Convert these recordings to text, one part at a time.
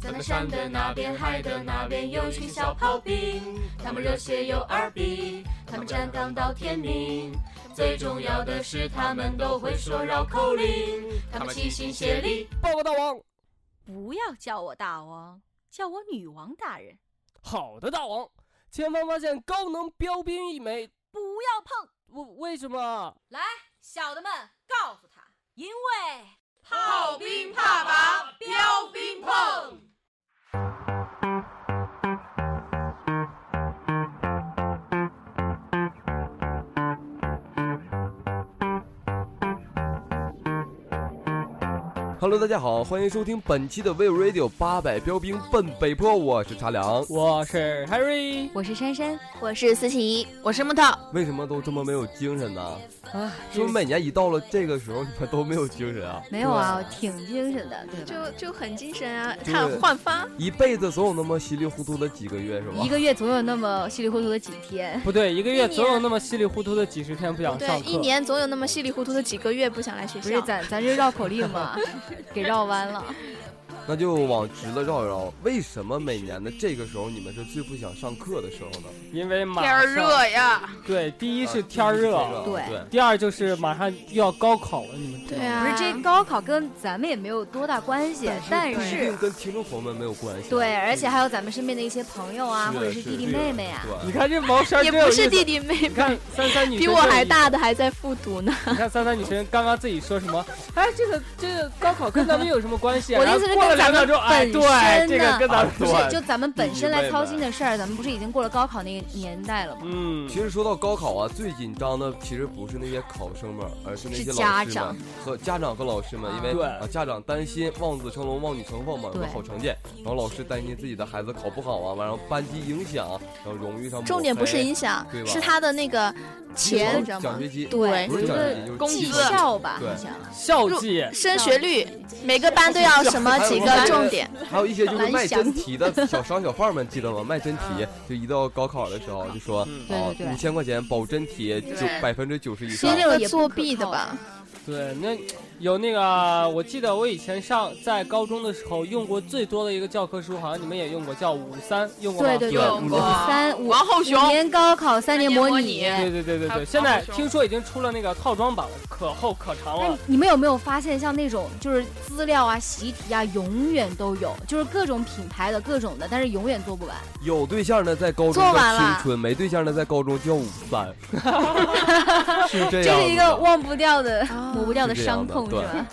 在那山的那边，海的那边，有一群小炮兵，他们热血又二逼，他们站岗到天明。最重要的是，他们都会说绕口令，他们齐心协力。报告大王，不要叫我大王，叫我女王大人。好的，大王，前方发现高能标兵一枚，不要碰！为为什么？来，小的们，告诉他，因为炮兵怕拔，标兵碰。 Hello，大家好，欢迎收听本期的 We Radio 八百标兵奔北坡，我是茶凉。我是 Harry，我是珊珊，我是思琪，我是木头，为什么都这么没有精神呢？啊，是不是每年一到了这个时候，你们都没有精神 啊？没有啊，挺精神的，对吧？就就很精神啊，对很焕发。一辈子总有那么稀里糊涂的几个月，是吧？一个月总有那么稀里糊涂的几天。不对，一个月一年总有那么稀里糊涂的几十天不想对上，课。一年总有那么稀里糊涂的几个月不想来学不是校。咱咱这绕口令 嘛，给绕弯了。那就往直了绕一绕。为什么每年的这个时候，你们是最不想上课的时候呢？因为马天儿上热呀，对，第一是啊天儿热，对对，第二就是马上又要高考了，你们知道对吗？啊，不是这高考跟咱们也没有多大关系，但不一是定跟听众朋友们没有关系。啊对，而且还有咱们身边的一些朋友啊，是或者是弟弟妹妹啊啊。。对你看这毛衫也真有不意思是弟弟妹妹，你看三三女神比我还就有意大的还在复读呢。思。你看三三女神刚刚自己说什么？哎，这个这个高考跟咱们有什么关系啊？我的然意后思是过了跟两咱们秒钟，哎，本对，身这个呢跟咱们不是，就咱们本身来弟弟妹妹操心的事儿，咱们不是已经过了高考那年年代了吗？嗯，其实说到高考啊，最紧张的其实不是那些考生们，而是那些是老师家们长和家长和老师们，因为对啊家长担心望子成龙、望女成凤嘛，有个对好成绩；然后老师担心自己的孩子考不好啊，完了班级影响，然后荣誉上抹黑重点不是影响对，吧是他的那个钱，你知道吗奖？学金，对，不是有奖学个金就是工绩绩资效效吧，对好像校际升学率，每个班都要什么几个重点？还有一些就是蓝卖翔真题的小商小贩儿们，记得吗？卖真题，就一到高考的时候就说嗯啊嗯对对，对五千块钱保真题，就对百分之九十以其实上这。种也不作可弊的靠吧？对，那有那个，我记得我以前上在高中的时候用过最多的一个教科书，好像你们也用过，叫五三，用过吗？对对对，有五过三五王后五雄年高考三年模三年对对对对还有对，现在还有听说已经出了那个套装版了，可厚可长但了。你们有没有发现，像那种就是资料啊、习题啊，永远都有，就是各种品牌的各种的，但是永远做不完。有对象的在高中做完叫了青春，没对象的在高中叫五三，是这这样。是一个。忘不掉的、啊抹不掉的伤痛，是是这样的吧？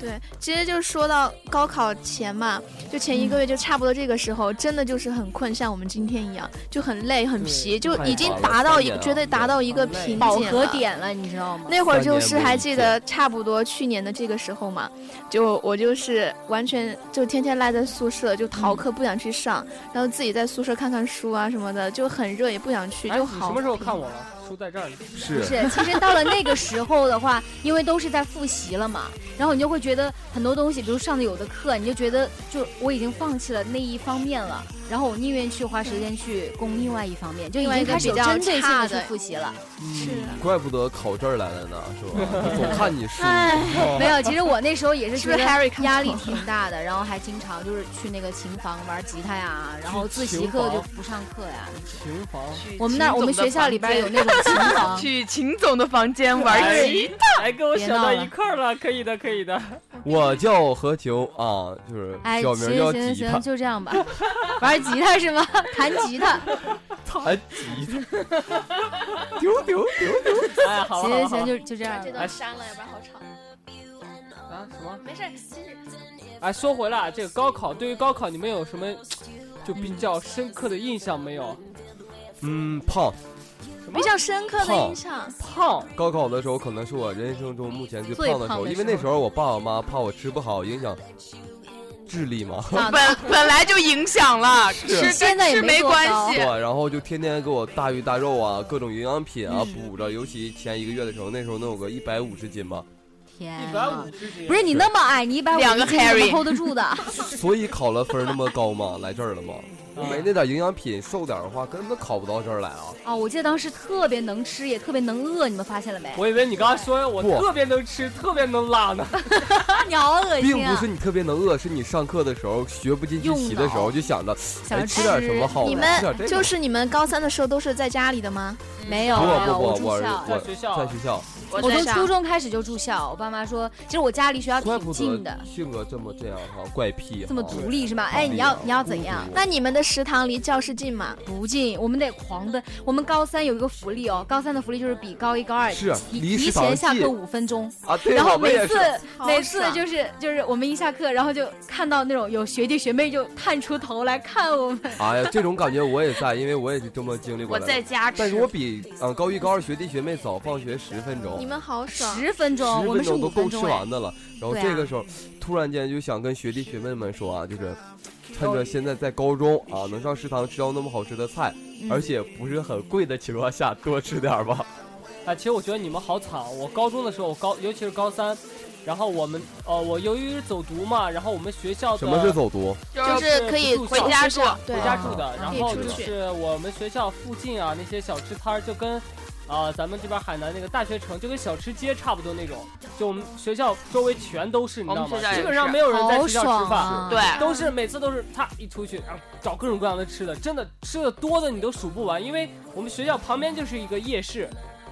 对，其实就是说到高考前嘛，就前一个月就差不多这个时候，真的就是很困，像我们今天一样，就很累很疲，对就已经太忙了达到三一年个了觉得达到一个对瓶颈饱和了点了，你知道吗？那会儿就三是年不还遇记得差不多去年的这个时候嘛，就我就是完全就天天赖在宿舍，就嗯逃课不想去上，然后自己在宿舍看看书啊什么的，就很热也不想去，哎，就你好。什么时候看我了？书在这儿呢。不是，是，其实到了那个时候的话，因为都是在复习了嘛，然后你就会觉得很多东西，比如上的有的课，你就觉得就我已经放弃了那一方面了，然后我宁愿去花时间去攻另外一方面，就已另外一经个开始有比较针对性差的去的复习了。是啊怪不得考这儿来了呢，是吧？你总看你书，嗯没有，其实我那时候也是是觉不得是 Harry 看压力错哎了挺大的，然后还经常就是去那个琴房玩吉他呀，然后去自习琴课房就不上课呀。琴房。我们那儿我们学校里边有那种琴 房，去秦总的房间玩哎棋，哎，跟我别想闹到了一块儿了，可以的，可以的。我叫何球啊，就是哎，小行名叫行吉行，他，就这样吧。玩吉他是吗？弹吉他，弹哎吉他，丢丢丢丢。哎，好行了行好行，了就 就这样吧。哎删了，要不然好吵。啊什么？没事，其实哎，说回来，这个高考，对于高考，你们有什么就比较深刻的印象没有？嗯，胖。比较深刻的印象，胖，高考的时候可能是我人生中目前最胖的时候，最胖的时候因为那时候我爸我妈怕我吃不好影响智力嘛，啊哎本本来就影响了，吃现在跟也吃没没多关高系对。吧？ 然后就天天给我大鱼大肉啊，各种营养品啊嗯补着，尤其前一个月的时候，那时候能有个一百五十斤吧，天一百呐五！十斤，不是你那么矮，你一百五两个 Harry hold 得住的。所以考了分儿那么高吗？ 来这儿了吗？啊没那点营养品，瘦点儿的话，根本考不到这儿来啊！ 哦，我记得当时特别能吃，也特别能饿，你们发现了没？我以为你刚刚说我不特别能吃，特别能拉呢。 啊，你好恶并心不啊是！你特别能饿，是你上课的时候学不进去用题的时候，就 想着想哎着吃点什么好的，你吃点这们个。就是你们高三的时候都是在家里的哦吗？没有不没有，不哎我不，我住校。啊我在学校在学校，我我从初中开始就住校，我爸妈说，其实我家离学校怪挺不近得的，性格这么这样哈，怪癖哈，啊这么独立是吧？孤独哎，你要你要怎样？？那你们的食堂离教室近吗？不近，我们得狂奔。我们高三有一个福利哦，高三的福利就是比高一高二是提离提食堂前下近课五分钟。啊，对，然后我们每也是次好每次爽就是就是我们一下课，然后就看到那种有学弟学妹就探出头来看我们，哎呀，这种感觉我也在，因为我也是这么经历过我来在的。家但吃是我比嗯高一高二学弟学妹早放学十分钟，你们哦好爽！十分钟，十我分们是钟五都够分吃钟哎。完的了。然后对这啊个时候，突然间就想跟学弟学妹们说啊，就是趁着现在在高中啊，能上食堂吃到那么好吃的菜，嗯而且不是很贵的情况下，多吃点儿吧。啊，其实我觉得你们好惨。啊我高中的时候，我高尤其是高三，然后我们呃，我由于是走读嘛，然后我们学校哦的啊什么是走读？就就是可以就是回家宿舍住啊对啊回家住的，可然以后出就去是我们学校附近啊那些小吃摊儿，就跟啊、咱们这边海南那个大学城，就跟小吃街差不多那种。就我们学校周围全都是，你知道哦我们吗学校？也基本是上没有人在好学校吃爽饭。啊！对都是每次都是他一出去，然后找各种各样的吃的，真的吃的多的你都数不完，因为我们学校旁边就是一个夜市，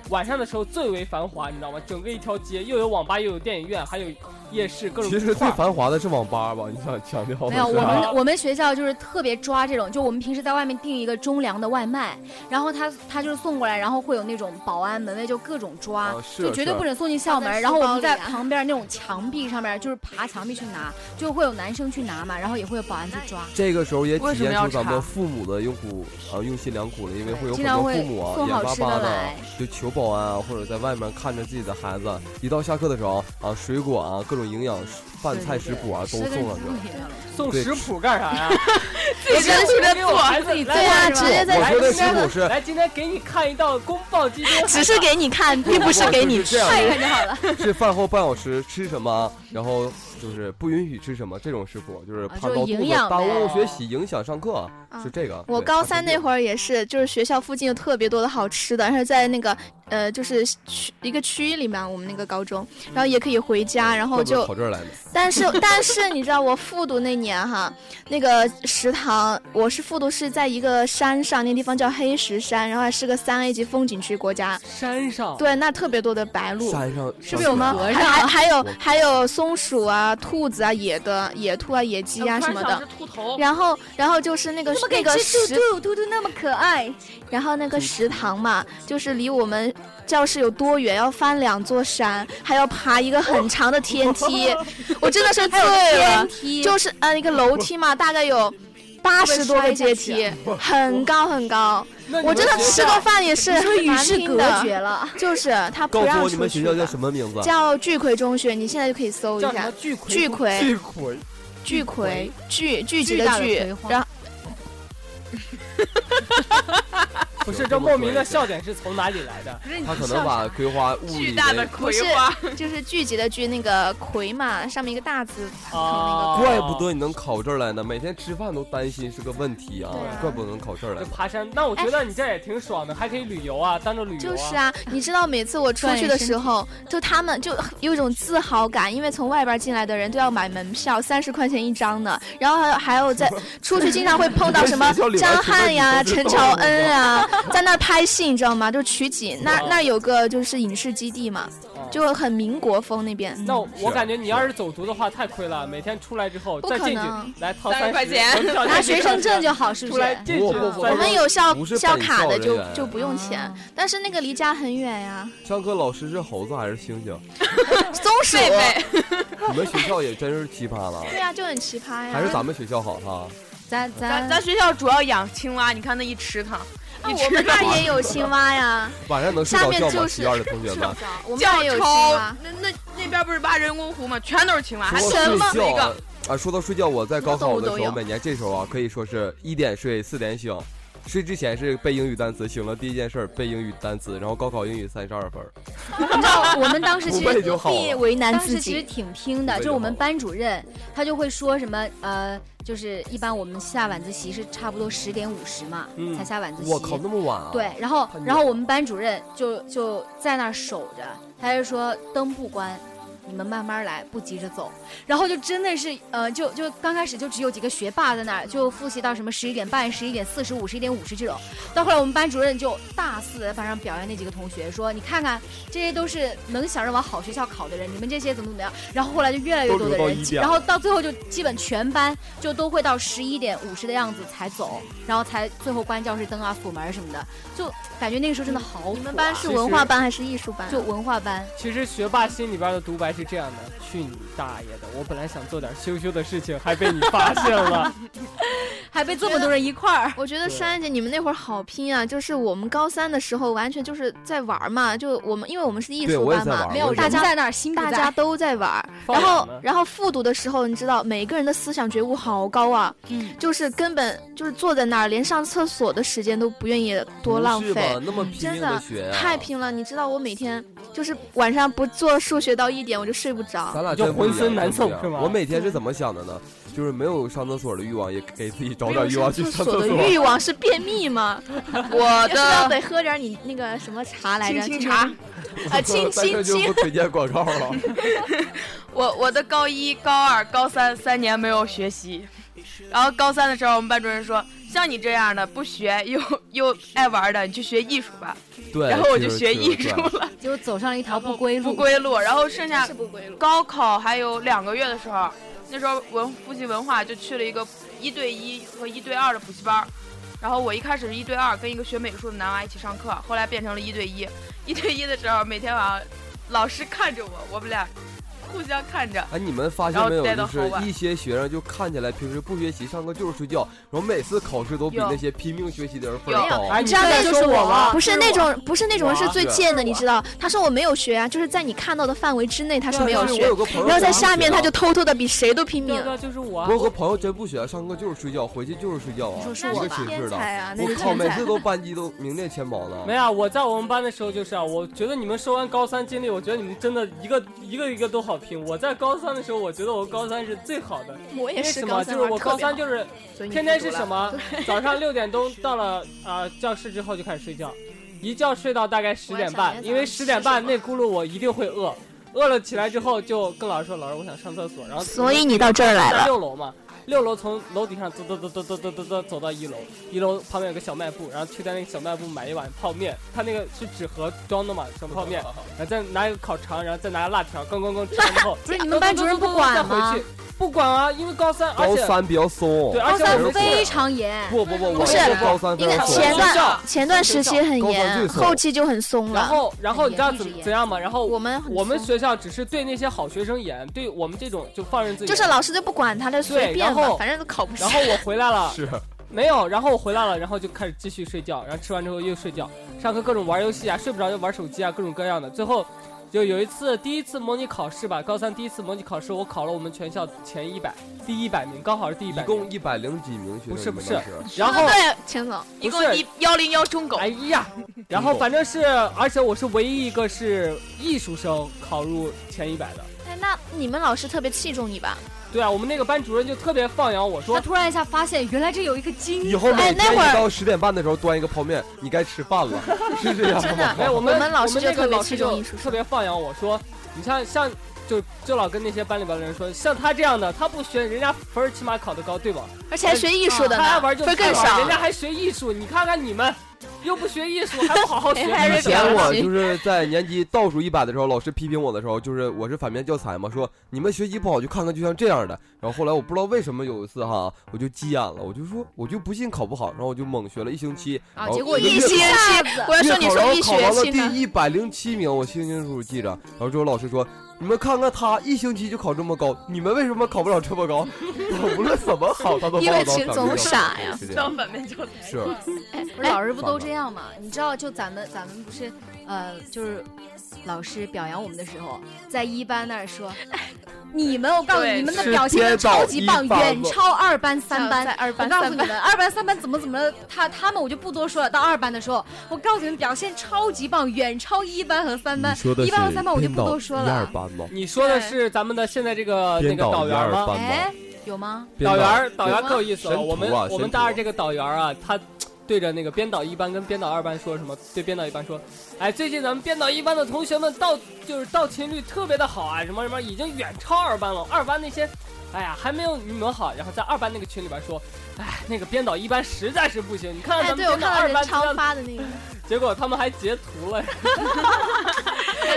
晚上的时候最为繁华，你知道吗？整个一条街又有网吧，又有电影院，还有夜市，各种其实块最儿繁华的是网吧吧？你想强调的没有，是我吧们我们学校就是特别抓这种，就我们平时在外面订一个中粮的外卖，然后他他就是送过来，然后会有那种保安门卫就各种抓，啊是就绝对是不准送进放校在门。书然后我们包里在啊旁边那种墙壁上面就是爬墙壁去拿，就会有男生去拿嘛，然后也会有保安去抓。这个时候也体为什么现要出咱查们父母的用苦啊用心良苦了，因为会有很经常多会父母啊送眼好巴吃的巴的来就求保安啊，或者在外面看着自己的孩子，一到下课的时候啊，水果啊各种营养饭菜食谱啊都吃得跟送上去猪了。一样送对食谱干啥呀？自己真的给我孩子对呀，直接在我说的食谱是来今天给你看一道宫爆鸡丁，只是给你看，并不是给你是这吃。样看一的，看就好了。 是饭后半小时吃什么，然后就是不允许吃什么这种食谱，就是怕就是到肚营子养耽误呗学习，影响上课，是这个。我对高三那儿会儿也是，就是学校附近有特别多的好吃的，然后在那个呃，就是区一个区里面，我们那个高中，然后也可以回家，啊然后就跑这儿来的，但是但是你知道我复读那年哈，那个食堂我是复读是在一个山上，那地方叫黑石山，然后还是个三 A 级风景区国家，山上对，那特别多的白鹭。哦山上是不是有吗？ 和还还尚？还有我还有松鼠啊、兔子啊、野的野兔啊、野鸡啊什么的。秃头，然后然后就是那个哦怎么可那以个吃食，兔兔？兔兔那么可爱，然后那个食堂嘛，就是离我们教室有多远，要翻两座山，还要爬一个很长的天 梯，我真的是还有醉了天。梯，就是呃一个楼梯嘛，大概有八十多个阶梯，很高很高。那你我们真的学吃校过饭也是说与蛮世拼隔的，绝了。就是他不告诉让我你出们学去校叫的。什么名字？叫巨葵中学，你现在就可以搜一叫什么下。巨葵？巨葵，葵，巨葵，巨聚集巨大的葵聚花，然后不是这莫名的笑点是从哪里来的？他可能把葵花误以巨为大的不葵是花，就是聚集的聚，那个葵嘛，上面一个大字啊，怪不得你能考这儿来呢，每天吃饭都担心是个问题啊对，啊怪不得能考这儿来这。爬山，那我觉哎得你这也挺爽的，还可以旅游啊，当着旅游就是啊，啊，你知道每次我出锻去炼的身时啊候，就他们就有一种自豪感，因为从外边进来的人都要买门票，三十块钱一张呢。然后还有还有在出去经常会碰 到什么学校里边张儿除了翰你呀、都是陈动乔物 恩啊，哦在那儿拍戏，你知道吗？就取景，那那儿有个就是影视基地嘛，哦啊就很民国风那边。那我我是啊感觉你要是走读的话太亏了，每天出来之后不再可进能去来掏30三块钱拿学生证就好，是不出是？来进去不不不30我们有校不是校本卡校的人就员哦就不用钱啊，但是那个离家很远呀。上课老师是猴子还是猩猩？松鼠，贝贝，嗯你们学校也真是奇葩了，对呀，就很奇葩呀。还是咱们学校好哈？咱咱咱咱学校主要养青蛙，你看那一池塘，啊一我池们那塘儿也有青 蛙呀。晚上能睡着觉下面吗？就是十二的同学睡们不，着， 我们叫那也有青超 蛙，，那那那边不是挖人工湖吗？全都是青蛙，还说真到了睡一觉个啊。啊，说到睡觉，我在高考的什么动物时都候，有每年这时候啊，可以说是一点睡，四点醒，睡之前是背英语单词，醒了第一件事儿背英语单词，然后高考英语三十二分儿，你知道我们当时其 不实背就好别了。为难当自时其实己。挺拼的，对就是就我们好班主任他就会说什么呃，就是一般我们下晚自习是差不多十点五十嘛、嗯才下晚自习。我靠，那么晚啊！对，然后很然后远我们班主任就就在那儿守着，他就说灯不关。你们慢慢来，不急着走。然后就真的是，呃，就就刚开始就只有几个学霸在那儿，就复习到什么十一点半、十一点四十五、十一点五十这种。到后来我们班主任就大肆地在班上表扬那几个同学，说你看看，这些都是能想着往好学校考的人，你们这些怎么怎么样。然后后来就越来越都多的留到人1，点然后到最后就基本全班就都会到十一点五十的样子才走，然后才最后关教室灯啊、锁门什么的，就感觉那个时候真的好苦啊、嗯你们班是其文实化班还是艺术班啊？就文化班，其实学霸心里边的独白是这样的：去你大爷的！我本来想做点羞羞的事情，还被你发现了。还被这么多人一块儿。我觉得对珊珊姐，你们那会儿好拼啊！就是我们高三的时候，完全就是在玩儿嘛，就我们因为我们是艺对术我也班在嘛玩，没有我也人大家在那儿，心不大在家都在玩儿。放然后养呢，然后复读的时候，你知道每个人的思想觉悟好高啊，嗯，就是根本就是坐在那儿，连上厕所的时间都不愿意多浪不是费吧，那么拼命真的的学、啊，太。拼了。你知道我每天就是晚上不做数学到一点我就睡不着，咱俩就真不一浑身样难真不一受样是吗我每天是怎么想的呢？就是没有上厕所的欲望，也给自己找没点有欲上望去厕上所厕的所。欲望是便 秘吗？我要是要得喝点你那个什么茶来着？清清茶。啊，清但清是就清不。推荐广告 了。我我的高一、高二、高三三年没有学习，然后高三的时候，我们班主任说，像你这样的不学又又爱玩的，你去学艺术吧。对，然后我其就实学是艺对术了，就走上了一条不归路。不归路。然后剩下不归路。高考还有两个月的时候，那时候文复习文化就去了一个一对一和一对二的补习班儿，然后我一开始是一对二，跟一个学美术的男娃一起上课，后来变成了一对一。 一对一的时候，每天晚上老师看着我，我们俩互相看着，哎，你们发然现后没有，带就到是后晚一些学生就看起来平时不学习，上课就是睡觉，然后每次考试都比有那些拼命学习的人分有儿高。哎，你你知道在那就是说我我吗？不是啊那种，不是那种我人是最是啊贱的，你知道？他说我没有学啊，就是在你看到的范围之内，他是没有但是我学有，个朋友，然后在下面他就。偷偷的比谁都拼对命啊。对啊，就是我啊我。有个朋友真不学，上课就是睡觉，回去就是睡觉啊，你说是一我个吧寝室的。啊我靠，每次都班级都名列前茅呢。没有啊，我在我们班的时候就是啊，我觉得你们说完高三经历，我觉得你们真的一个一个一个都好拼。我在高三的时候，我觉得我高三是最好的，我也为是什么？就是我高三就是天天是什？么？ 早上六点钟到了啊、呃教室之后就开始睡觉，一觉睡到大概十 点我还想半，因为早上十点半吃那什轱辘我一定会饿，饿了起来之后就跟老师说，老师我想上厕所，然后所以你到这儿来在了，六楼嘛，六楼从楼顶上走走走走走走走走走到一楼，一楼旁边有个小卖部，然后去在那个小卖部买一碗泡面，他那个是纸盒装的嘛，小泡面，然后再拿一个烤肠，然后再拿个辣条，咣咣咣吃完之后，不是你们班主任不管再吗回？去，不管啊，因为高三，而高且三比较松对，。高而且我三们非常严，不不不，我不是们高三非应该常松。前学校段前段时期很高三最严，松后期就很松然了。后，然后你知道怎很严怎样吗？然后我们很我们松学校只是对那些好学生严，对我们这种就放任自己。就是老师就不管他了，随便然吧后，反正都考不上然。后我回来了，是，没有，然后我回来了，然后就开始继续睡觉，然后吃完之后又睡觉，上课各种玩游戏啊，睡不着就玩手机啊，各种各样的。最后就有一次第一次模拟考试吧，高三第一次模拟考试，我考了我们全校前一百，第一百名，刚好是第一一百名。共一百零几名学生。不是不你是们 然后对，钱总，一共不是一幺零幺中狗哎，呀，然后反正是，而且我是唯一一个是艺术生考入前一百的。哎，那你们老师特别器重你吧？对啊，我们那个班主任就特别放养我说他，突然一下发现，原来这有一个金以后每哎那天会儿一到十点半的时候端一个泡面，你该吃饭 了，是这样吗？真的没有，我们我们老师那就个特别老师器重就艺术生特别放养我说，你像像就就老跟那些班里边的人说，像他这样的，他不学，人家分儿起码考得高，对吧？而且还学艺术的他爱呢，玩就分儿更爱玩少人。家还学艺术，你看看你们，又不学艺术，还啊不好好学， 还是以前表我情就是在年级倒数一百的时候，老师批评我的时候，就是我是反面教材嘛，说你们学习不好就看看就像这样的。然后后来我不知道为什么有一次哈，我就急眼了，我就说我就不信考不好，然后我就猛学了一星期，然啊，后结果一一个星月期下子， 我要说你月考然说后一考完学了期呢第，一百零七名，我清清楚楚记着。然后之后老师说：“你们看看他一星期就考这么高，你们为什么考不了这么高？ 我无论怎么考，他都因把为我当秦反总面教材傻呀是这样当反面教材。是不是老师不哎都这样吗？你知道，就咱们咱们不是 呃，就是老师表扬我们的时候，在一班那儿说，你们，我告诉你，对你们的是表现颠都倒超级一棒，番远了超二班、三班在。二我班告诉你三班。们，二班、三班怎么怎么了，他他们我就不多说了。到二班的时候，我告诉你们，表现超级棒，远超一班和三班你说。的一是班和三班我就不编导多说一二了。班吗？你说的是咱们的现在这个那编个导导一员二吗？班吗？哎，有吗？编导员导儿导员儿可有意思了，神我们徒啊我神们徒大二这个导员儿啊，他对着那个编导一班跟编导二班说什么？对编导一班说，哎，最近咱们编导一班的同学们到就是到勤率特别的好啊，什么什么已经远超二班了，二班那些。哎呀，还没有你们好。然后在二班那个群里边说，哎，那个编导一班实在是不行。你看看哎，咱们对，我编导看到二班人这样超发的那个，结果他们还截图了。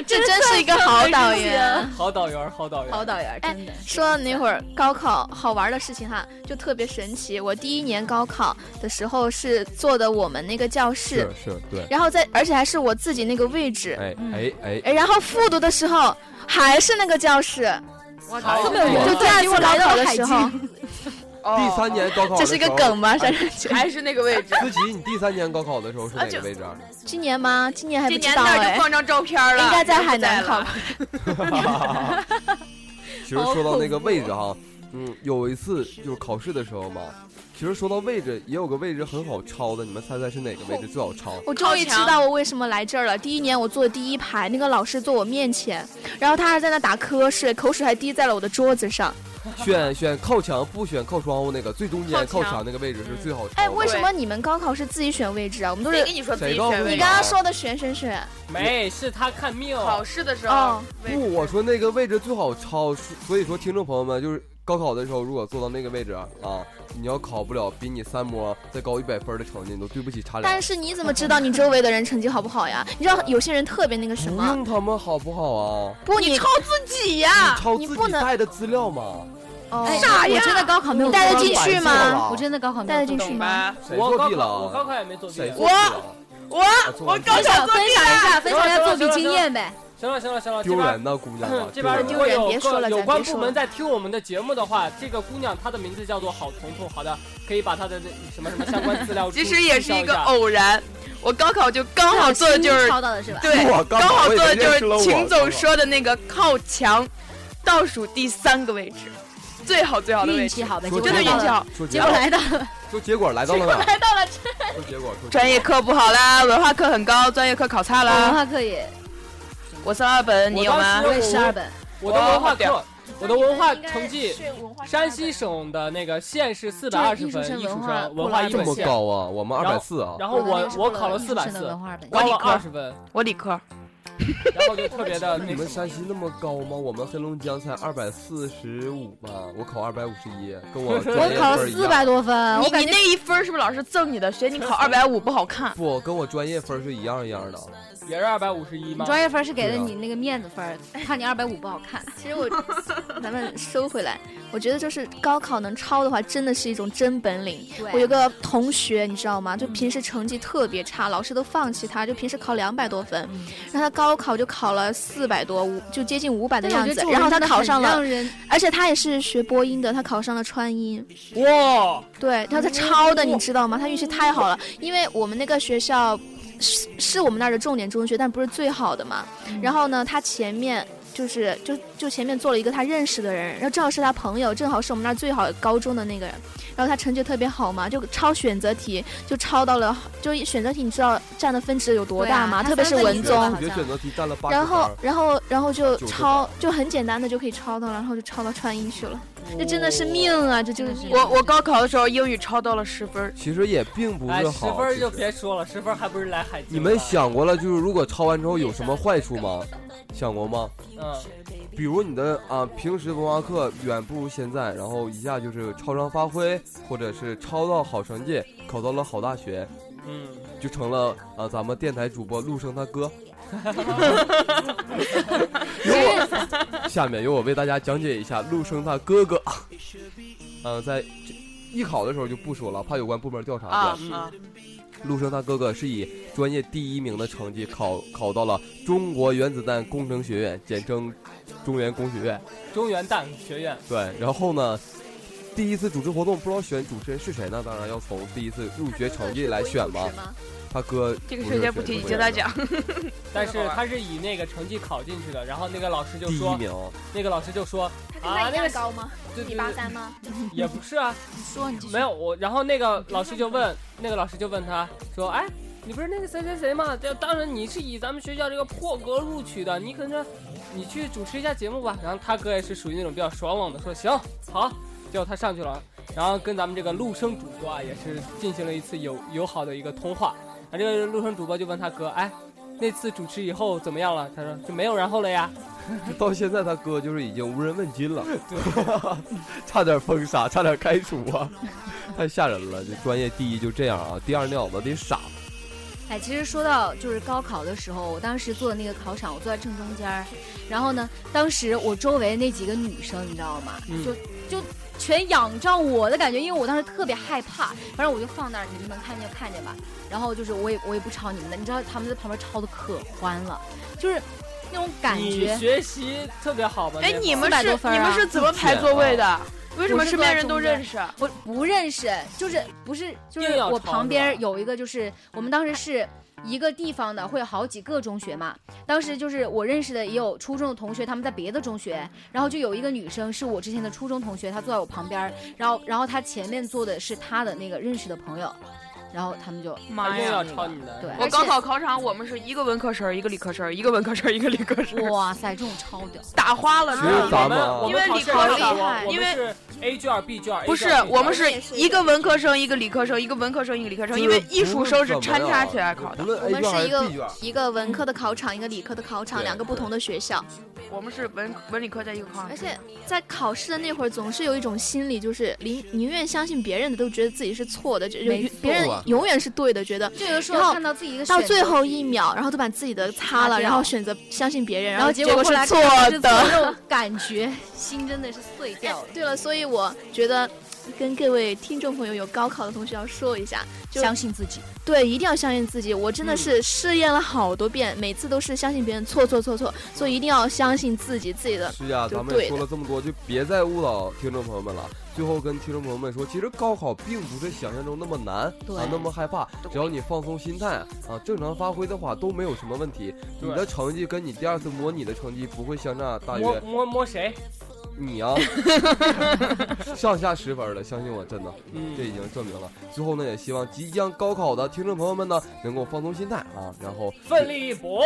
这真是一个好导员。好导员儿，好导员儿。好导员，哎真的。说到那会儿高考好玩的事情哈，就特别神奇。我第一年高考的时候是坐的我们那个教室，是是，对，然后在而且还是我自己那个位置，哎嗯哎哎，哎，然后复读的时候还是那个教室，我好操这么有哇就第二次高考的时候，哎第三，年高考这的是一个时候梗吗？哎珊珊姐，哦还是那个位置。思琪，你第三年高考的时候是哪啊个就位置啊？今年吗？今 年还不今知年道那儿哎就，放张照片了，应该在就不海南了考。其实说到那个位置哈，啊嗯，有一次就是考试的时候嘛，其实说到位置，也有个位置很好抄的，你们猜猜是哪个位置最好抄？我终于知道我为什么来这儿了。第一年我坐第一排，那个老师坐我面前，然后他还在那打瞌睡，口水还滴在了我的桌子哦上。选选靠墙，不选靠窗户那个，最中间靠靠墙墙那个位置是最好抄的。哎，为什么你们高考是自己选位置啊？我们都谁是跟你说自己谁告诉啊选哦位你置的？刚刚说的选选选，没，是他看命。考试的时哦候，位置不，我说那个位置最好抄，所以说听众朋友们就是。高考的时候，如果坐到那个位置啊，你要考不了比你三模再高一百分的成绩，你都对不起茶但凉。是你怎么知道你周围的人成绩好不好 呀？你知道有些人特别那个什不嗯么，用他们好不好啊？不你抄自己呀，抄啊你自不己能带的资料嘛。哦哎，啥我呀真的高考没有你带得做进到去吗？我真的高考没带有得进做到去懂吗？吧？谁我作高弊考了？啊我高考也没作弊啊谁。我作弊了？啊我我高高分享考作分弊啊享一了，下，分享一下作弊经验呗。行了行了行了，这丢边！人呐，姑娘啊 这边丢如人果丢人有别说了各有咱关别说部了门在听我们的节目的话，这个姑娘她的名字叫做郝彤彤，好的，可以把她的那什么什么相关 资料注其实也注是销一个哦下偶然。我高考就刚好做的就是抄到的是吧？对，我刚刚好做的就我也认识了是我秦总说的那个靠墙，倒数第三个位置，最好最好的位运置，气好呗，说结果真的来运到气了，好。说结结果果，来到说结果来到了哪儿？来到了说结果，说专业课不好啦，文化课很高，专业课考差文啦。化课也，我三二本，你有吗我？我也是二本，我的文化哦课，我的文化成绩，山西省的那个县是四百二十就是分，艺艺术术生生文文化化一这本么线，高啊！我们二然后百四啊！然后我我考了四百的四，文化二本，高理了科二十分，我理科，然后就特别的你那们什么。山西那么高吗？我们黑龙江才二百四十五吧，我考二百五十一，跟我专我业考分了儿一四样百多分，呃我你感你觉那一分是不是老师赠你的？学你考二百五不好看。不，跟我专业分儿是一样一样的。也是二百五十一吗？专业分是给了你那个面子 分，怕你二百五不好看。其实我 咱们收回来，我觉得就是高考能抄的话，真的是一种真本领。我有个同学，你知道吗？就嗯平时成绩特别差，老师都放弃他，就平时考两百多分，嗯然后他高考就考了四百多，五就接近五百的样子。然后他考上了，让人而且他也是学播音的，他考上了川音。哇，对，然后他抄的，你知道吗？他运气太好了，因为我们那个学校是是我们那儿的重点中学，但不是最好的嘛。然后呢，他前面就是就就前面坐了一个他认识的人，然后正好是他朋友，正好是我们那儿最好的高中的那个人。然后他成绩特别好嘛，就抄选择题，就抄到了，就选择题你知道占的分值有多大吗？对啊特别是文他三综分。数学选择题占了八十然分后儿，，然后，然后就九十抄，就很简单的就可以抄到了，然后就抄到川音去了。这真的是命啊！这就是真的是命我我高考的时候英语超到了十分，其实也并不哎，是十好。分就其实别说了，十分还不是来海。你们，想过了，就是如果抄完之后有什么坏处吗？想过吗？嗯，比如你的啊，平时文化课远不如现在，然后一下就是超常发挥，或者是超到好成绩，考到了好大学，嗯，就成了啊咱们电台主播陆生他哥。由我下面由我为大家讲解一下陆生他哥哥。 嗯、在这艺考的时候就不说了，怕有关部门调查的。啊嗯啊！陆生他哥哥是以专业第一名的成绩考考到了中国原子弹工程学院，简称中原工学院。中原蛋学院，对，然后呢，第一次主持活动不知道选主持人是谁呢？当然要从第一次入学成绩来选嘛。他哥这个不学是姐不提，已学经在讲。但是他是以那个成绩考进去的，然后那个老师就第一说， 名，那个老师就说，他啊那个高吗？对对183对，吗？也不是啊，你说你继续没有我，然后那个老师就问，那个老师就问他说，哎，你不是那个谁谁谁吗？这当然你是以咱们学校这个破格录取的，你可能你去主持一下节目吧。然后他哥也是属于那种比较爽朗的，说行好，结果他上去了，然后跟咱们这个陆生主播啊也是进行了一次友友好的一个通话。啊，这个陆生主播就问他哥，哎，那次主持以后怎么样了？他说就没有然后了呀。就到现在他哥就是已经无人问津了， 差点封杀，差点开除 啊，太吓人了！这专业第一就这样啊，第二那小子得傻，哎，其实说到就是高考的时候，我当时做的那个考场，我坐在正中间儿，然后呢，当时我周围那几个女生，你知道吗？嗯就就全仰仗我的感觉，因为我当时特别害怕，反正我就放那儿，你们能看见就看见吧。然后就是我也我也不抄你们的，你知道他们在旁边抄的可欢了，就是那种感你觉。学习特别好吗？哎，你们400是多分啊你们是怎么排座位的？为什么我是身坐在边人都中间认识？我不认识，就是不是就是硬要我抄旁是边吧有一个，就是我们当时是一个地方的，会有好几个中学嘛。当时就是我认识的也有初中的同学，他们在别的中学，然后就有一个女生是我之前的初中同学，她坐在我旁边，然后然后她前面坐的是她的那个认识的朋友，然后他们就妈硬呀！要抄你的，啊对我而且高考考场，我们是一个文科生儿，一个理科生儿，一个文科生儿，一个理科生儿， 哇塞，这种超屌，打花了其是实吧？咱们啊我们因为理科考试厉的时候害我们因为是 A 卷儿 B 卷儿，A 不是卷儿，B 卷儿我们是也是一个文科生，一个理科生，一个文科生，一个理科生，因为艺术生是穿插起来考的。无论我 A 们卷还是一啊是 B 个卷，一个文科的考场，一个理科的考场，对两个不同的学校。我们是文文理科在一个考场而，且在考试的那会儿，总是有一种心理，就是宁宁愿相信别人的，都觉得自己是错的，就没就别人错啊永远是对的，觉得就有时然候后看到自己一个到选最择后一秒，然后都把自己的擦擦了，掉然后选择相信别人，然后结结果是后来错看到是的。这种感觉，心真的是碎 掉了。对了，所以我觉得。跟各位听众朋友有高考的同学要说一下，就相信自己，对，一定要相信自己。我真的嗯是试验了好多遍，每次都是相信别人错错错错，所以一定要相信自己自己的。是呀，就咱们也对说的了这么多，就别再误导听众朋友们了。最后跟听众朋友们说，其实高考并不是想象中那么难对啊，那么害怕。只要你放松心态啊，正常发挥的话都没有什么问题。你对的成绩跟你第二次模拟的成绩不会相差大摸约摸摸谁？你啊上下十分了，相信我，真的。嗯这已经证明了。最后呢，也希望即将高考的听众朋友们呢，能够放松心态啊，然后奋力一搏，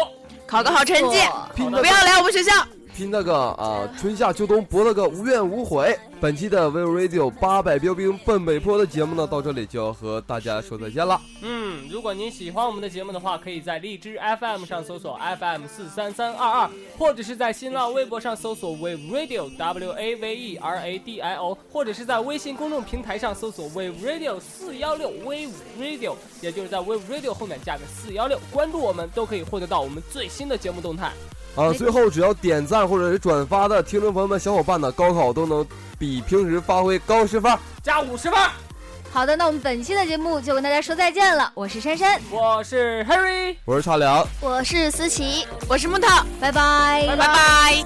考个好成绩，做拼的不要来我们学校。拼那个啊，春夏秋冬搏了个无怨无悔。本期的 Vivo Radio 八百标兵奔北坡的节目呢，到这里就要和大家说再见了。嗯，如果您喜欢我们的节目的话，可以在荔枝 FM 上搜索 FM 四三三二二，或者是在新浪微博上搜索 Wave Radio W A V E R A D I O，或者是在微信公众平台上搜索 Wave Radio 四幺六 Wave Radio，也就是在 Wave Radio 后面加个四幺六，关注我们都可以获得到我们最新的节目动态。啊，最后只要点赞或者是转发的听众朋友们、小伙伴呢，高考都能比平时发挥高十分儿。加五十分儿，好的，那我们本期的节目就跟大家说再见了。我是珊珊，我是 Harry。我是茶凉。我是思琪，我是木头，拜拜拜拜。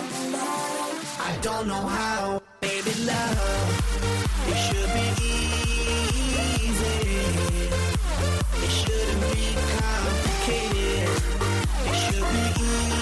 I don't know how, baby love. It should be easy. It shouldn't be complicated. It should be easy.